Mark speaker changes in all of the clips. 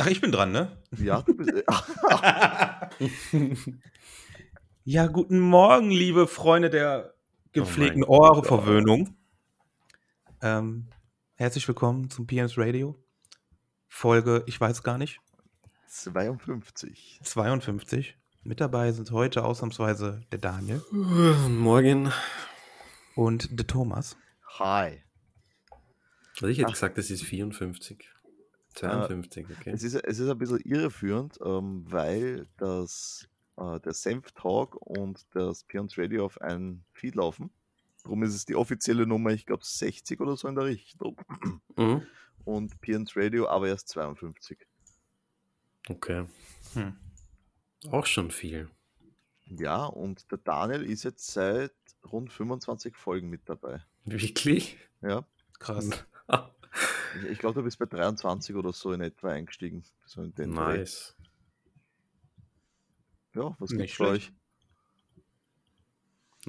Speaker 1: Ach, ich bin dran, ne?
Speaker 2: Ja, du bist.
Speaker 1: ja, guten Morgen, liebe Freunde der gepflegten
Speaker 2: Oh mein Gott.
Speaker 1: Ohrverwöhnung. Ähm, herzlich willkommen zum PNS Radio. Folge, ich weiß gar nicht,
Speaker 2: 52.
Speaker 1: 52. Mit dabei sind heute ausnahmsweise der Daniel
Speaker 3: Morgen.
Speaker 1: und der Thomas.
Speaker 2: Hi.
Speaker 3: Also ich hätte
Speaker 2: Ach.
Speaker 3: gesagt, das ist 54. 52, okay.
Speaker 2: Es ist, es ist ein bisschen irreführend, ähm, weil das, äh, der Senf Talk und das Pions Radio auf einen Feed laufen. Darum ist es die offizielle Nummer, ich glaube 60 oder so in der Richtung.
Speaker 3: Mhm.
Speaker 2: Und Pions Radio aber erst 52.
Speaker 3: Okay.
Speaker 1: Hm.
Speaker 3: Auch schon viel.
Speaker 2: Ja, und der Daniel ist jetzt seit rund 25 Folgen mit dabei.
Speaker 3: Wirklich? Ah,
Speaker 2: Ja,
Speaker 1: Krass.
Speaker 2: ich, ich glaube, du bist bei 23 oder so in etwa eingestiegen. So in den Dreh.
Speaker 3: nice.
Speaker 2: Ja, was
Speaker 1: Nicht
Speaker 2: gibt's bei euch?
Speaker 1: schlecht.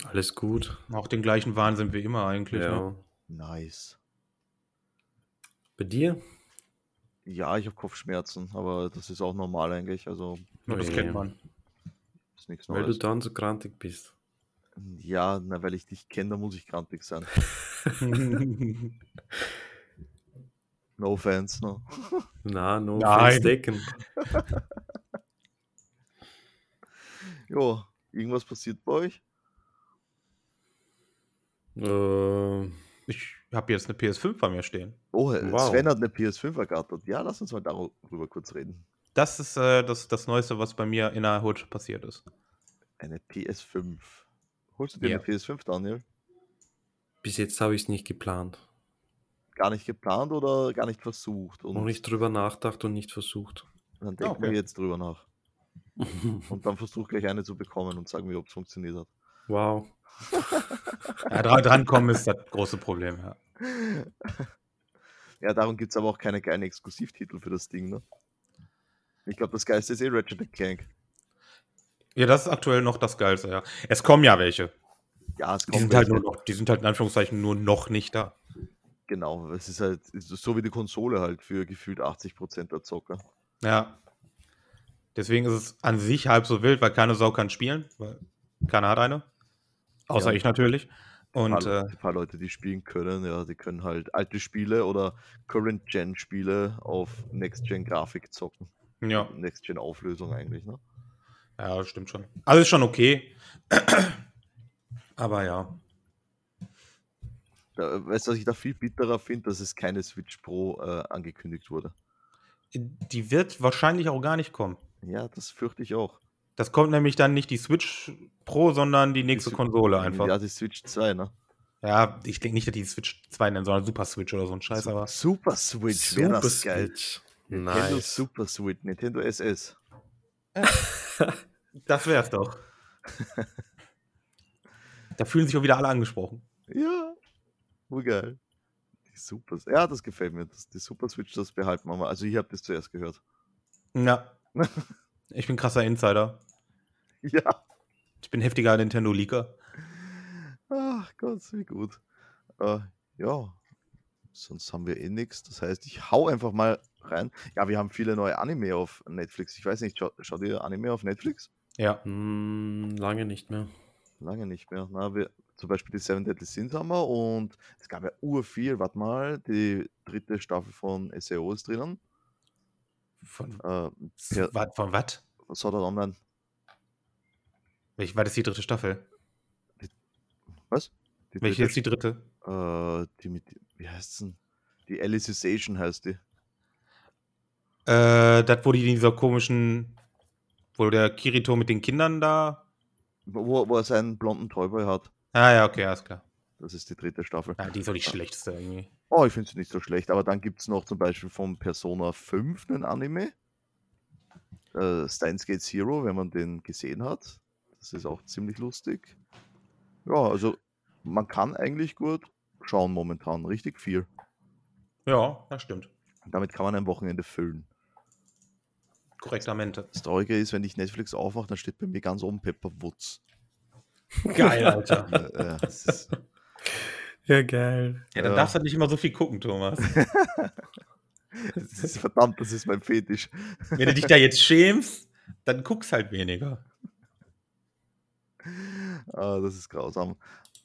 Speaker 3: Alles gut.
Speaker 1: Auch den gleichen Wahnsinn wie immer eigentlich. Ne?
Speaker 3: Ja.
Speaker 2: Nice.
Speaker 3: Bei dir?
Speaker 2: Ja, ich habe Kopfschmerzen, aber das ist auch normal eigentlich. Also
Speaker 1: Nur das
Speaker 3: Ja.
Speaker 1: kennt man.
Speaker 2: ist nichts
Speaker 3: Weil du
Speaker 2: Neues.
Speaker 3: dann so grantig bist.
Speaker 2: Ja, na, weil ich dich kenne, da muss ich grantig sein. No offense, ne? no.
Speaker 3: Na, no
Speaker 1: Nein.
Speaker 3: mistaken.
Speaker 2: Jo, irgendwas passiert bei euch?
Speaker 3: Äh,
Speaker 1: ich habe jetzt eine PS5 bei mir stehen.
Speaker 2: Oh,
Speaker 3: Wow.
Speaker 2: Sven hat eine PS5 ergattert. Ja, lass uns mal darüber kurz reden.
Speaker 1: Das ist äh, das, das Neueste, was bei mir in der Hut passiert ist.
Speaker 2: Eine PS5. Holst du dir
Speaker 1: Ja.
Speaker 2: eine PS5, Daniel?
Speaker 3: bis jetzt habe ich es nicht geplant.
Speaker 2: Gar nicht geplant oder gar nicht versucht? Und
Speaker 3: Noch nicht drüber nachgedacht und nicht versucht.
Speaker 2: dann denken wir
Speaker 1: Okay.
Speaker 2: jetzt drüber nach. Und dann versuch gleich eine zu bekommen und sagen wir, ob es funktioniert hat.
Speaker 3: wow.
Speaker 1: Ja, dran, drankommen ist das große Problem, ja.
Speaker 2: Ja, darum gibt es aber auch keine geilen Exklusivtitel für das Ding, ne? Ich glaube, das Geilste ist eh Ratchet and Clank.
Speaker 1: Ja, das ist aktuell noch das Geilste, ja. Es kommen ja welche.
Speaker 2: Ja, es
Speaker 1: Die
Speaker 2: kommt
Speaker 1: sind, halt nur
Speaker 2: welche.
Speaker 1: noch, die sind halt in Anführungszeichen nur noch nicht da.
Speaker 2: Genau, es ist halt es ist so wie die Konsole halt für gefühlt 80% der Zocker.
Speaker 1: Ja. Deswegen ist es an sich halb so wild, weil keine Sau kann spielen, weil keiner hat eine. Außer
Speaker 2: Ja.
Speaker 1: ich natürlich.
Speaker 2: Ein
Speaker 1: Und
Speaker 2: paar,
Speaker 1: äh,
Speaker 2: Le- ein paar Leute, die spielen können, ja, die können halt alte Spiele oder Current-Gen-Spiele auf Next-Gen-Grafik zocken.
Speaker 1: äh, ja,
Speaker 2: Next-Gen-Auflösung eigentlich, ne?
Speaker 1: ja, stimmt schon. Also ist schon okay. Aber ja.
Speaker 2: Da, weißt du, was ich da viel bitterer finde, dass es keine Switch Pro äh, angekündigt wurde.
Speaker 1: Die wird wahrscheinlich auch gar nicht kommen.
Speaker 2: Ja, das fürchte ich auch.
Speaker 1: Das kommt nämlich dann nicht die Switch Pro, sondern die nächste
Speaker 2: Swi-
Speaker 1: Konsole einfach.
Speaker 2: Ja,
Speaker 1: Ja,
Speaker 2: die Switch 2, ne?
Speaker 1: ich denke nicht, dass die Switch 2 nennen, sondern Super Switch oder so ein Scheiß,
Speaker 2: Su-
Speaker 1: aber.
Speaker 2: Super Switch, wäre das geil.
Speaker 3: Switch.
Speaker 2: Nintendo
Speaker 3: Nice.
Speaker 2: Super Switch, Nintendo SS.
Speaker 1: Das wär's doch. da fühlen sich auch wieder alle angesprochen.
Speaker 2: Ja, wie geil. Die Super, ja, das gefällt mir. Das, die Super Switch, das behalten wir mal. Also, ihr habt das zuerst gehört.
Speaker 1: Ja. Ich bin krasser Insider.
Speaker 2: Ja,
Speaker 1: Ich bin heftiger Nintendo Leaker.
Speaker 2: ach Gott, wie gut. Äh, ja, sonst haben wir eh nichts. Das heißt, ich hau einfach mal rein. Ja, wir haben viele neue Anime auf Netflix. Ich weiß nicht, schaut, schaut ihr Anime auf Netflix?
Speaker 1: Ja.
Speaker 3: Hm, lange nicht mehr.
Speaker 2: Lange nicht mehr. Na, wir, zum Beispiel die Seven Deadly Sins haben wir und es gab ja ur viel. Warte mal, die dritte Staffel von SEO ist drinnen.
Speaker 1: Von,
Speaker 2: Äh, Ja.
Speaker 1: ja. von was?
Speaker 2: Sword Art Online.
Speaker 1: Welch- War das die dritte Staffel?
Speaker 2: Was? Die
Speaker 1: Welche
Speaker 2: dritte
Speaker 1: ist die dritte?
Speaker 2: Äh, die mit, wie heißt denn? Die Alicization heißt die.
Speaker 1: Äh, das, wo die in dieser komischen. Wo der Kirito mit den Kindern da.
Speaker 2: Wo, wo er seinen blonden Toyboy hat.
Speaker 1: Ah, ja, okay, alles klar.
Speaker 2: Das ist die dritte Staffel.
Speaker 1: Ja, die ist auch die schlechteste irgendwie.
Speaker 2: Oh, ich finde sie nicht so schlecht. Aber dann gibt es noch zum Beispiel von Persona 5 einen Anime. Äh, Steins Gate Zero, wenn man den gesehen hat. Das ist auch ziemlich lustig. Ja, also man kann eigentlich gut schauen momentan. Richtig viel.
Speaker 1: Ja, das stimmt.
Speaker 2: Damit kann man ein Wochenende füllen.
Speaker 1: Korrektamente.
Speaker 2: Das Traurige ist, wenn ich Netflix aufmache, dann steht bei mir ganz oben Pepper Woods.
Speaker 1: Geil, Alter.
Speaker 2: Äh, äh, das ist,
Speaker 3: Ja, geil.
Speaker 1: Ja, dann darfst du halt nicht immer so viel gucken, Thomas.
Speaker 2: Das ist, verdammt, das ist mein Fetisch.
Speaker 1: Wenn du dich da jetzt schämst, dann guckst halt weniger.
Speaker 2: Ah, das ist grausam.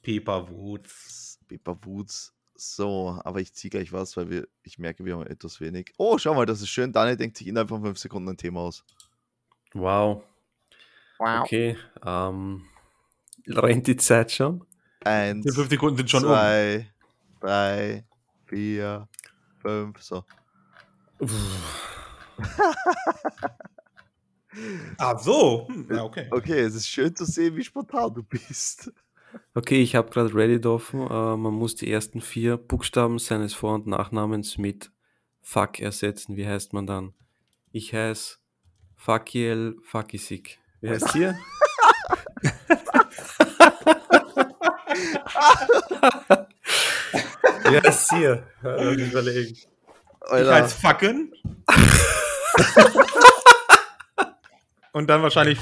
Speaker 1: Pepper Woods.
Speaker 2: Pepper Woods. So, aber ich ziehe gleich was, weil wir, ich merke, wir haben etwas wenig. Oh, schau mal, das ist schön. Daniel denkt sich innerhalb von fünf Sekunden ein Thema aus.
Speaker 3: Wow. Okay. Ähm, rennt die Zeit schon?
Speaker 2: Eins,
Speaker 1: Die fünf Sekunden sind schon um.
Speaker 2: zwei, drei, vier, fünf. So.
Speaker 1: Ach so. Hm, ja, okay.
Speaker 2: Okay, es ist schön zu sehen, wie spontan du bist.
Speaker 3: Okay, ich habe gerade Reddit offen. Äh, man muss die ersten vier Buchstaben seines Vor- und Nachnamens mit Fuck ersetzen. Wie heißt man dann? Ich heiße Fakiel Fakisik. Wie heißt ihr? Wie heißt ihr? Lass mich überlegen.
Speaker 1: Ich
Speaker 2: Alter,
Speaker 1: als Facken. Und dann wahrscheinlich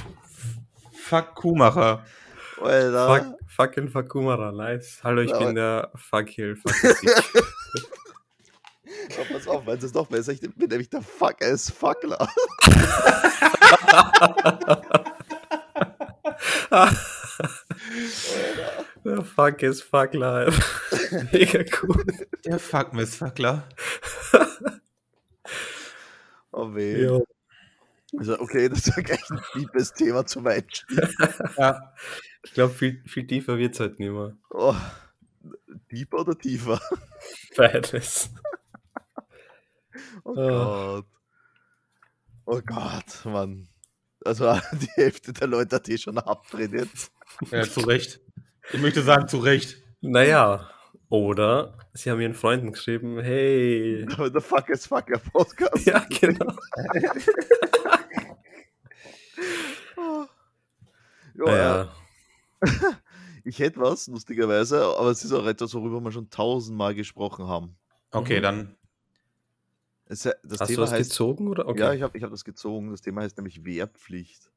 Speaker 1: Fuck Kuhmacher.
Speaker 2: Alter.
Speaker 3: Fuck, fucking Fakumara, nice. Hallo, ich
Speaker 2: Ja, aber-
Speaker 3: bin der Fakil Fakisik.
Speaker 2: Oh, pass auf, meinst du es doch besser? Ich bin nämlich der Fuck-Ass-Fuckler.
Speaker 3: der Fuck ist Fuck live. Mega cool.
Speaker 1: Der Fuck Missfuckler.
Speaker 2: Oh weh. Also, okay, das war gleich ein liebes Thema zum Einstieg.
Speaker 1: Ja.
Speaker 3: Ich glaube, viel, viel tiefer wird es halt nicht mehr.
Speaker 2: Oh, deeper oder tiefer?
Speaker 3: Beides.
Speaker 2: Oh
Speaker 3: Ah.
Speaker 2: Gott. Oh Gott, Mann. Also die Hälfte der Leute hat eh schon abtrainiert.
Speaker 1: ja, zu Recht. Ich möchte sagen, zu Recht.
Speaker 3: Naja, oder sie haben ihren Freunden geschrieben, hey.
Speaker 2: Aber der Fuck is Fucker Podcast.
Speaker 3: Ja, genau.
Speaker 2: Oh. Ah, Ja,
Speaker 3: Ah,
Speaker 2: ja.
Speaker 3: Naja,
Speaker 2: Ich hätte was, lustigerweise, aber es ist auch etwas, worüber wir schon tausendmal gesprochen haben.
Speaker 1: Okay,
Speaker 3: Mhm.
Speaker 1: dann.
Speaker 2: Es, das
Speaker 3: hast du
Speaker 2: Thema
Speaker 3: was
Speaker 2: heißt.
Speaker 3: gezogen oder? Okay.
Speaker 2: Ja, ich habe ich hab das gezogen. Das Thema heißt nämlich Wehrpflicht.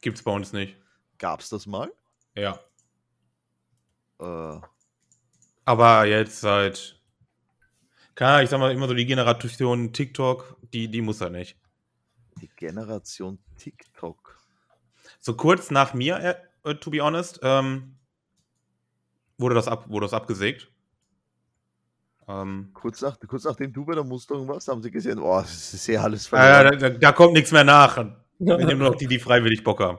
Speaker 1: Gibt's bei uns nicht.
Speaker 2: Gab's das mal?
Speaker 1: Ja.
Speaker 2: Äh,
Speaker 1: Aber jetzt seit. Keine Ahnung, ich sag mal immer so die Generation TikTok, die, die muss er nicht.
Speaker 2: die Generation TikTok.
Speaker 1: So kurz nach mir, äh, äh, to be honest, ähm, wurde, das ab, wurde das abgesägt. Ähm,
Speaker 2: Kurz, nach, kurz nachdem du bei der Musterung warst, haben sie gesehen, oh, das ist ja alles
Speaker 1: äh, da,
Speaker 2: verloren.
Speaker 1: da, da kommt nichts mehr nach. Wir nehmen nur noch die, die freiwillig Bock haben.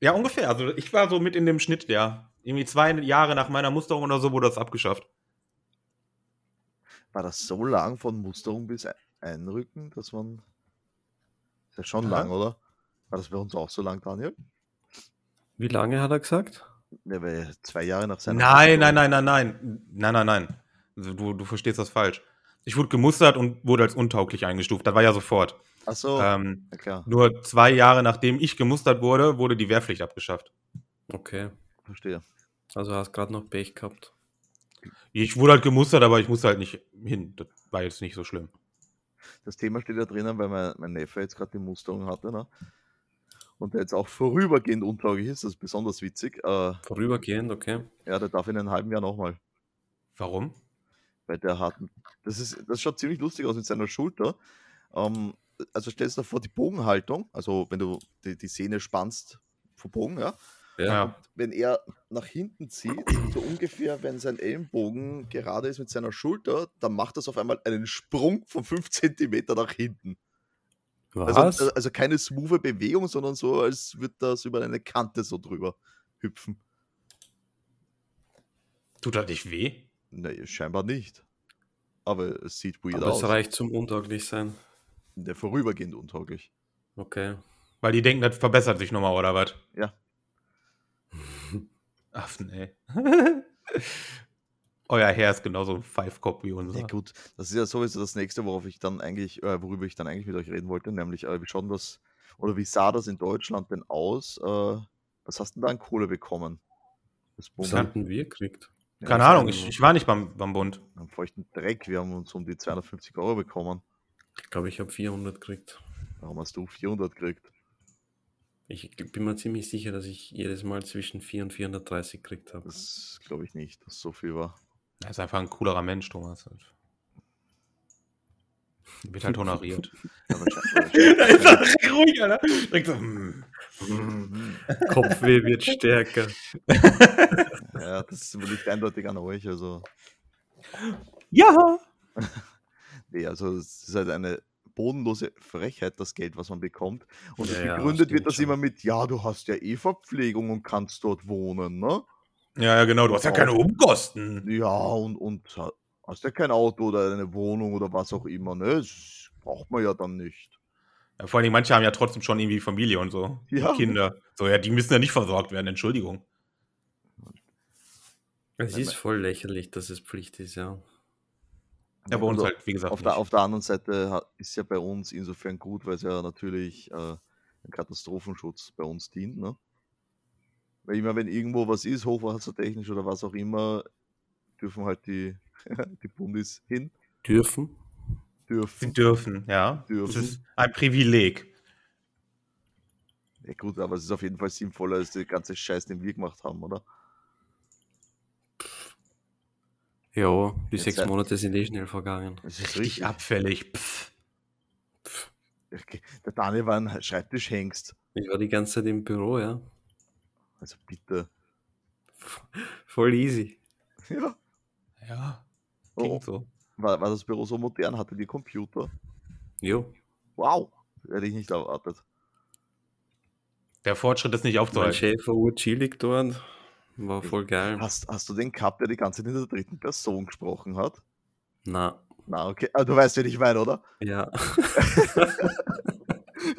Speaker 1: Ja, ungefähr. Also ich war so mit in dem Schnitt, ja. Irgendwie zwei Jahre nach meiner Musterung oder so wurde das abgeschafft.
Speaker 2: War das so lang von Musterung bis Ein- Einrücken, dass man. Ist ja schon
Speaker 1: Ja.
Speaker 2: lang, oder? War das bei uns auch so lang, Daniel?
Speaker 3: Wie lange hat er gesagt?
Speaker 2: Ne, weil zwei Jahre nach seiner.
Speaker 1: Nein, nein,
Speaker 2: Musterung.
Speaker 1: nein, nein, nein. Nein, nein, nein. Also, du, du verstehst das falsch. Ich wurde gemustert und wurde als untauglich eingestuft. Das war ja sofort.
Speaker 2: Ach so,
Speaker 1: Ähm,
Speaker 2: na klar,
Speaker 1: nur zwei Jahre nachdem ich gemustert wurde, wurde die Wehrpflicht abgeschafft.
Speaker 3: Okay,
Speaker 2: verstehe.
Speaker 3: also hast gerade noch Pech gehabt.
Speaker 1: Ich wurde halt gemustert, aber ich musste halt nicht hin. Das war jetzt nicht so schlimm.
Speaker 2: Das Thema steht da drinnen, weil mein, mein Neffe jetzt gerade die Musterung hatte, ne? Und der jetzt auch vorübergehend untauglich ist, das ist besonders witzig. Äh,
Speaker 3: Vorübergehend, okay.
Speaker 2: ja, der darf in einem halben Jahr nochmal.
Speaker 1: Warum?
Speaker 2: bei der harten. Das, ist, das schaut ziemlich lustig aus mit seiner Schulter. Ähm, also stellst du dir vor die Bogenhaltung, also wenn du die, die Sehne spannst vom Bogen, ja.
Speaker 1: Ja.
Speaker 3: Ja.
Speaker 2: Wenn er nach hinten zieht, so ungefähr, wenn sein Ellenbogen gerade ist mit seiner Schulter, dann macht das auf einmal einen Sprung von 5 cm nach hinten.
Speaker 3: Was?
Speaker 2: Also, also keine smoothe Bewegung, sondern so, als würde das über eine Kante so drüber hüpfen.
Speaker 1: Tut das nicht weh?
Speaker 2: Nee, scheinbar nicht. Aber es sieht weird
Speaker 3: Aber
Speaker 2: aus.
Speaker 3: es reicht zum untauglich sein.
Speaker 2: Der vorübergehend untauglich.
Speaker 3: Okay.
Speaker 1: Weil die denken, das verbessert sich nochmal, oder was?
Speaker 2: Ja.
Speaker 1: Affen, ey. Euer Herr ist genauso ein Five-Cop wie unser.
Speaker 2: Ja gut, das ist ja sowieso das nächste, worauf ich dann eigentlich, äh, worüber ich dann eigentlich mit euch reden wollte, nämlich äh, wie schaut das oder wie sah das in Deutschland denn aus? Äh, was hast du denn da an Kohle bekommen? Das
Speaker 3: Was
Speaker 2: Bund-
Speaker 3: haben denn wir gekriegt?
Speaker 2: Ja,
Speaker 1: Keine
Speaker 2: das
Speaker 1: Ahnung,
Speaker 2: war
Speaker 1: ich, ich war nicht beim, beim Bund.
Speaker 2: Einen feuchten Dreck, wir haben uns um die 250 Euro bekommen.
Speaker 3: Ich glaube, ich habe 400 gekriegt.
Speaker 2: Warum hast du 400 gekriegt?
Speaker 3: Ich bin mir ziemlich sicher, dass ich jedes Mal zwischen 4 und 430 gekriegt habe.
Speaker 2: Das glaube ich nicht, dass so viel war.
Speaker 1: Er ist einfach ein coolerer Mensch, Thomas. Wird halt honoriert.
Speaker 2: Ja, wahrscheinlich-
Speaker 1: da ist halt- er ruhig, Alter. Direkt so, hm.
Speaker 2: Mhm.
Speaker 3: Kopfweh wird stärker.
Speaker 2: ja, das liegt eindeutig an euch. Also,
Speaker 1: Ja.
Speaker 2: nee, also es ist halt eine bodenlose Frechheit, das Geld, was man bekommt. Und es
Speaker 3: Ja, ja,
Speaker 2: begründet wird
Speaker 3: stimmt
Speaker 2: das
Speaker 3: schon.
Speaker 2: immer mit, ja, du hast ja eh Verpflegung und kannst dort wohnen, ne?
Speaker 1: Ja, ja, genau. Du hast ja keine Umkosten.
Speaker 2: Ja, und, und ha- hast ja kein Auto oder eine Wohnung oder was auch immer, ne? Das braucht man ja dann nicht.
Speaker 1: Ja, vor allem, manche haben ja trotzdem schon irgendwie Familie und so.
Speaker 2: Ja.
Speaker 1: Und Kinder. So, ja, die müssen ja nicht versorgt werden. Entschuldigung.
Speaker 3: Es ist voll lächerlich, dass es Pflicht ist, ja.
Speaker 1: Ja, bei uns
Speaker 2: Also,
Speaker 1: halt, wie gesagt.
Speaker 2: Auf der,
Speaker 1: nicht.
Speaker 2: auf der anderen Seite ha- ist ja bei uns insofern gut, weil es ja natürlich äh, dem Katastrophenschutz bei uns dient. Ne? Weil immer, wenn irgendwo was ist, hochwassertechnisch oder was auch immer, dürfen halt die, die Bundis hin.
Speaker 3: Dürfen?
Speaker 1: Sie
Speaker 2: Dürfen.
Speaker 1: dürfen, ja.
Speaker 2: Dürfen.
Speaker 1: Das ist ein Privileg.
Speaker 2: Ja, gut, aber es ist auf jeden Fall sinnvoller, als die ganze Scheiß, den wir gemacht haben, oder?
Speaker 3: Ja, die
Speaker 2: Jetzt
Speaker 3: sechs
Speaker 2: halt.
Speaker 3: Monate sind eh schnell vergangen.
Speaker 2: Das
Speaker 1: Richtig, abfällig. Pff.
Speaker 2: Okay, Der Daniel war ein Schreibtischhengst.
Speaker 3: Ich war die ganze Zeit im Büro, ja.
Speaker 2: Also bitte.
Speaker 3: Voll easy.
Speaker 2: Ja.
Speaker 1: Ja, klingt
Speaker 2: Oh,
Speaker 1: so.
Speaker 2: war, war das Büro so modern? Hatte die Computer?
Speaker 3: Jo.
Speaker 2: Wow. Hätte ich nicht erwartet.
Speaker 1: Der Fortschritt ist nicht
Speaker 3: Mein
Speaker 1: aufzuhalten.
Speaker 3: Chef war urchillig dort. War voll geil.
Speaker 2: Hast, hast du den gehabt, der die ganze Zeit in der dritten Person gesprochen hat?
Speaker 3: Na,
Speaker 2: Na, okay. Aber du weißt, wen ich meine, oder?
Speaker 3: ja.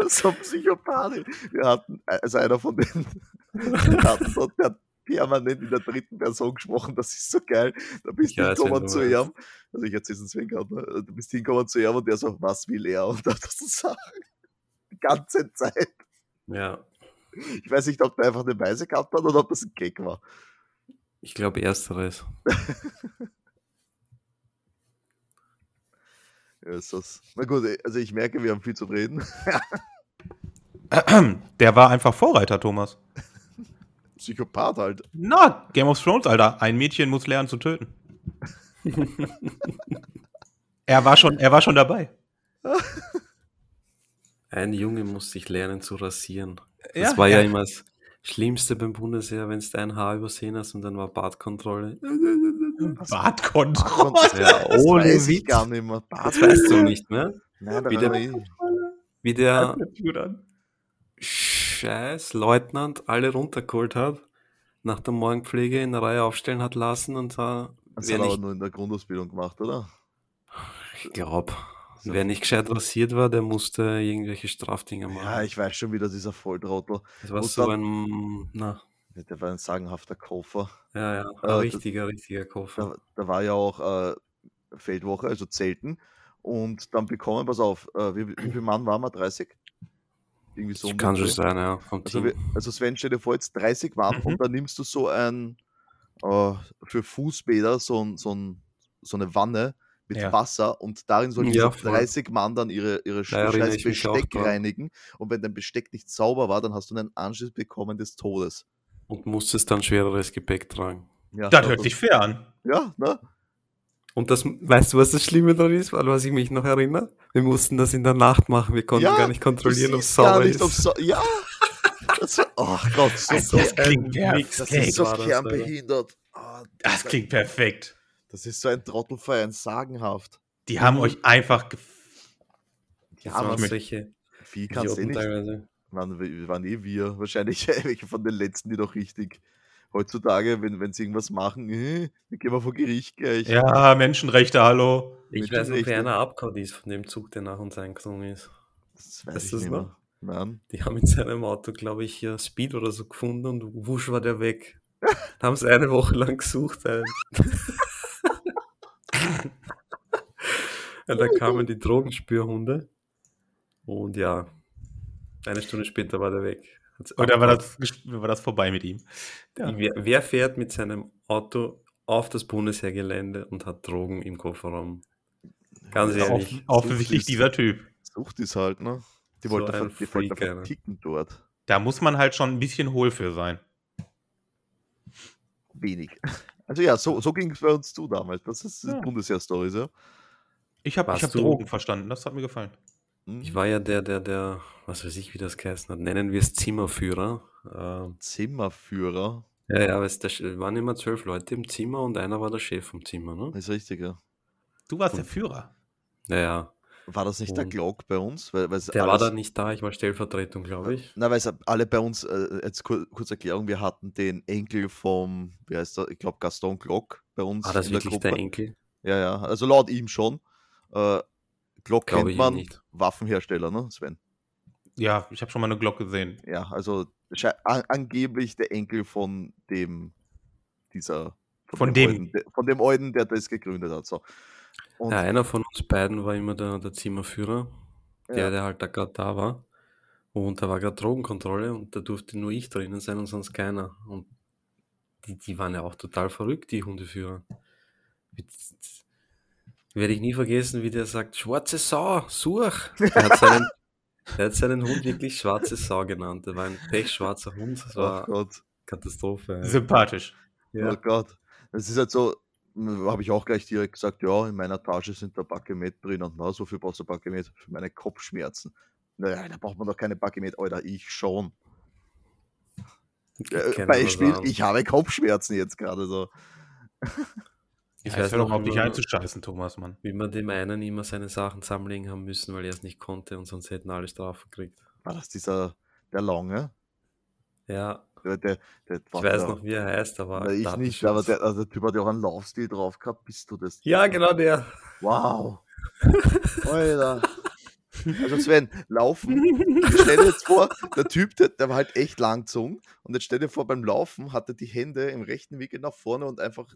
Speaker 2: So Psychopathin. Wir hatten, also einer von den wir hatten dort, der hat permanent in der dritten Person gesprochen. Das ist so geil. Da bist
Speaker 3: Ich
Speaker 2: du
Speaker 3: weiß, wen
Speaker 2: hinkommen
Speaker 3: du
Speaker 2: zu
Speaker 3: meinst.
Speaker 2: ihm. Also ich erzähl's uns wegen gerade. ne? Du bist hinkommen zu ihm und der so, was will er? Und das so Sachen. Die ganze Zeit.
Speaker 3: Ja.
Speaker 2: Ich weiß nicht, ob der einfach eine Weise gehabt hat oder ob das ein Gag war.
Speaker 3: Ich glaube, ersteres.
Speaker 2: Ja, ist das. Na gut, also ich merke, wir haben viel zu reden.
Speaker 1: Der war einfach Vorreiter, Thomas.
Speaker 2: Psychopath halt.
Speaker 1: Na, Game of Thrones, Alter. Ein Mädchen muss lernen zu töten. er, war schon, er war schon dabei.
Speaker 3: Ein Junge muss sich lernen zu rasieren. Das
Speaker 1: Ja,
Speaker 3: war ja,
Speaker 1: ja.
Speaker 3: immer das Schlimmste beim Bundesheer, wenn du ein Haar übersehen hast und dann war Bartkontrolle.
Speaker 1: Bartkontrolle.
Speaker 2: ja,
Speaker 3: Ja, ohne
Speaker 2: weiß ich
Speaker 3: Witz.
Speaker 2: gar nicht mehr.
Speaker 3: Das weißt du nicht mehr.
Speaker 2: Nein, da
Speaker 3: Wieder-
Speaker 2: war ich.
Speaker 3: Wie der scheiß Leutnant alle runtergeholt hat, nach der Morgenpflege in der Reihe aufstellen hat lassen und da,
Speaker 2: Das
Speaker 3: wer
Speaker 2: hat er aber
Speaker 3: nicht,
Speaker 2: nur in der Grundausbildung gemacht, oder?
Speaker 3: ich glaub, wer nicht gescheit rasiert war, der musste irgendwelche Strafdinger machen.
Speaker 2: Ja, ich weiß schon wieder, dieser Volltrottel.
Speaker 3: das war
Speaker 2: und
Speaker 3: so
Speaker 2: dann-
Speaker 3: ein, na,
Speaker 2: Der war ein sagenhafter Koffer.
Speaker 3: ja, ja, ein
Speaker 2: das-
Speaker 3: richtiger, richtiger Koffer.
Speaker 2: Da, da war ja auch äh, Feldwoche, also Zelten. Und dann bekommen, pass auf, äh, wie, wie viel Mann waren wir? 30? Irgendwie so. um
Speaker 3: kann
Speaker 2: den Dreh.
Speaker 3: schon sein, ja, vom
Speaker 2: Also,
Speaker 3: Team.
Speaker 2: wir- also Sven, stell dir vor, jetzt 30 Mann
Speaker 1: Mhm.
Speaker 2: und dann nimmst du so ein äh, für Fußbäder so, ein, so, ein, so eine Wanne mit
Speaker 1: Ja.
Speaker 2: Wasser und darin sollen
Speaker 3: Ja,
Speaker 2: diese
Speaker 3: voll.
Speaker 2: 30 Mann dann ihre, ihre Sch-
Speaker 3: Da erinnere
Speaker 2: scheiß
Speaker 3: ich mich auch
Speaker 2: Besteck
Speaker 3: dran.
Speaker 2: reinigen und wenn dein Besteck nicht sauber war, dann hast du einen Anschluss bekommen des Todes.
Speaker 3: Und musstest dann schwereres Gepäck tragen.
Speaker 2: Ja,
Speaker 1: Das
Speaker 2: ja,
Speaker 1: hört sich fair an.
Speaker 2: Ja, ne?
Speaker 3: Und das, weißt du, was das Schlimme daran ist, an was ich mich noch erinnere? Wir mussten das in der Nacht machen, wir konnten
Speaker 2: Ja,
Speaker 3: gar nicht
Speaker 2: Du
Speaker 3: kontrollieren, ob es
Speaker 2: siehst gar
Speaker 3: sauber
Speaker 2: nicht,
Speaker 3: ist.
Speaker 2: ob's sau- ja! Das, war- oh Gott, so,
Speaker 1: Also, das
Speaker 2: das,
Speaker 1: klingt perfekt.
Speaker 2: das
Speaker 1: Hey,
Speaker 2: ist so
Speaker 3: war das, Alter.
Speaker 2: kernbehindert. Ah,
Speaker 1: Das klingt perfekt.
Speaker 2: das ist so ein Trottelverein, sagenhaft.
Speaker 1: Die haben euch einfach ge
Speaker 3: Das
Speaker 2: aber
Speaker 3: waren
Speaker 1: ich-
Speaker 3: solche
Speaker 2: Viel kannst du eh
Speaker 3: Idioten
Speaker 2: nicht
Speaker 3: teilweise.
Speaker 2: waren, wir- waren eh wir. Wahrscheinlich welche von den letzten, die doch richtig. Heutzutage, wenn, wenn sie irgendwas machen, äh, dann gehen wir vor Gericht gleich.
Speaker 1: Ja, Menschenrechte, hallo.
Speaker 3: Ich
Speaker 2: Mit
Speaker 3: weiß
Speaker 2: dem
Speaker 3: noch, wer
Speaker 2: Rechten.
Speaker 3: einer abgehauen ist von dem Zug, der nach uns eingesungen ist.
Speaker 2: Das weiß
Speaker 3: Weißt
Speaker 2: ich
Speaker 3: du's
Speaker 2: nicht
Speaker 3: noch?
Speaker 2: mehr. Nein.
Speaker 3: Die haben in seinem Auto, glaube ich, ja, Speed oder so gefunden und wusch war der weg. haben es eine Woche lang gesucht. Äh. und dann kamen die Drogenspürhunde. Und ja, eine Stunde später war der weg. Hat's
Speaker 1: Oder war
Speaker 3: abgehauen.
Speaker 1: das, war Oh das vorbei mit ihm? Ja.
Speaker 3: Wer, wer fährt mit seinem Auto auf das Bundesheergelände und hat Drogen im Kofferraum? Ganz ehrlich.
Speaker 1: Off offensichtlich
Speaker 2: Sucht ist-
Speaker 1: dieser Typ.
Speaker 2: Sucht ist halt, ne? Die
Speaker 3: So
Speaker 2: wollte
Speaker 3: ein
Speaker 2: ver- die wollte
Speaker 3: Freak, einer.
Speaker 2: verticken dort.
Speaker 1: Da muss man halt schon ein bisschen hohl für sein.
Speaker 2: Wenig. Also ja, so, so ging es bei uns zu damals. Das ist die
Speaker 1: Ja.
Speaker 2: Bundesheer-Story, ja.
Speaker 1: Ich habe
Speaker 3: Warst
Speaker 1: hab
Speaker 3: du-
Speaker 1: Drogen verstanden, das hat mir gefallen.
Speaker 2: Hm?
Speaker 3: Ich war ja der, der, der, was weiß ich, wie das geheißen hat, nennen wir es Zimmerführer. Ähm,
Speaker 2: Zimmerführer.
Speaker 3: ja, ja, aber es der, Sch- waren immer zwölf Leute im Zimmer und einer war der Chef vom Zimmer, ne?
Speaker 2: Ist richtig, ja.
Speaker 1: Du warst der Führer.
Speaker 3: Naja,
Speaker 2: War das nicht der
Speaker 3: Und-
Speaker 2: Glock bei uns? Weil, weil es
Speaker 3: der war
Speaker 2: alles-
Speaker 3: da nicht da, ich war Stellvertretung, glaube ich.
Speaker 2: Na, weil es alle bei uns, äh, jetzt kur kurz Erklärung, wir hatten den Enkel vom, wie heißt er, ich glaube Gaston Glock bei uns.
Speaker 3: War Ah, das
Speaker 2: in der
Speaker 3: wirklich der
Speaker 2: Gruppe.
Speaker 3: Enkel?
Speaker 2: Ja, ja, also laut ihm schon. Äh, Glock
Speaker 3: Glaube
Speaker 2: kennt
Speaker 3: ich
Speaker 2: man,
Speaker 3: nicht.
Speaker 2: Waffenhersteller, ne, Sven?
Speaker 1: Ja, ich habe schon mal eine Glocke gesehen.
Speaker 2: Ja, also schei- an angeblich der Enkel von dem, dieser,
Speaker 1: Von dem.
Speaker 2: Euden, der, von dem Euden, der das gegründet hat. So. Und
Speaker 3: Ja, einer von uns beiden war immer der, der Zimmerführer, der,
Speaker 2: Ja.
Speaker 3: der halt da gerade da war. Und da war gerade Drogenkontrolle und da durfte nur ich drinnen sein und sonst keiner. Und die, die waren ja auch total verrückt, die Hundeführer. Mit- Werde ich nie vergessen, wie der sagt, schwarze Sau, such. Der hat seinen, der hat seinen Hund wirklich schwarze Sau genannt. Der war ein pechschwarzer Hund. Das
Speaker 2: ach
Speaker 3: war
Speaker 2: Gott.
Speaker 3: Katastrophe. ja.
Speaker 1: Sympathisch.
Speaker 3: Ja.
Speaker 2: Oh Gott. Das ist halt so, habe ich auch gleich direkt gesagt, ja, in meiner Tasche sind da Bakemet drin und na, so viel brauchst du Bakemet für meine Kopfschmerzen. Naja, da braucht man doch keine Bakemet, Alter, ich schon.
Speaker 3: Kann
Speaker 2: Äh,
Speaker 3: keiner
Speaker 2: Beispiel,
Speaker 3: sagen.
Speaker 2: ich habe Kopfschmerzen jetzt gerade so.
Speaker 1: Ich
Speaker 3: weiß
Speaker 1: weiß doch
Speaker 3: noch,
Speaker 1: überhaupt
Speaker 3: wie
Speaker 1: nicht
Speaker 3: man-
Speaker 1: einzuscheißen, Thomas, Mann.
Speaker 3: wie man dem einen immer seine Sachen zusammenlegen haben müssen, weil er es nicht konnte und sonst hätten alle Strafen gekriegt.
Speaker 2: War das dieser, der Lange?
Speaker 3: Ja,
Speaker 2: Der, der, der
Speaker 3: ich weiß noch, wie er heißt,
Speaker 2: Na,
Speaker 3: aber
Speaker 2: ich nicht, aber der, also der Typ hat ja auch einen Laufstil drauf gehabt, bist du das?
Speaker 3: ja, genau der.
Speaker 2: Wow. Alter. Also Sven, laufen. Stell dir jetzt vor, der Typ, der, der war halt echt langzogen. Und jetzt stell dir vor, beim Laufen hat er die Hände im rechten Winkel nach vorne und einfach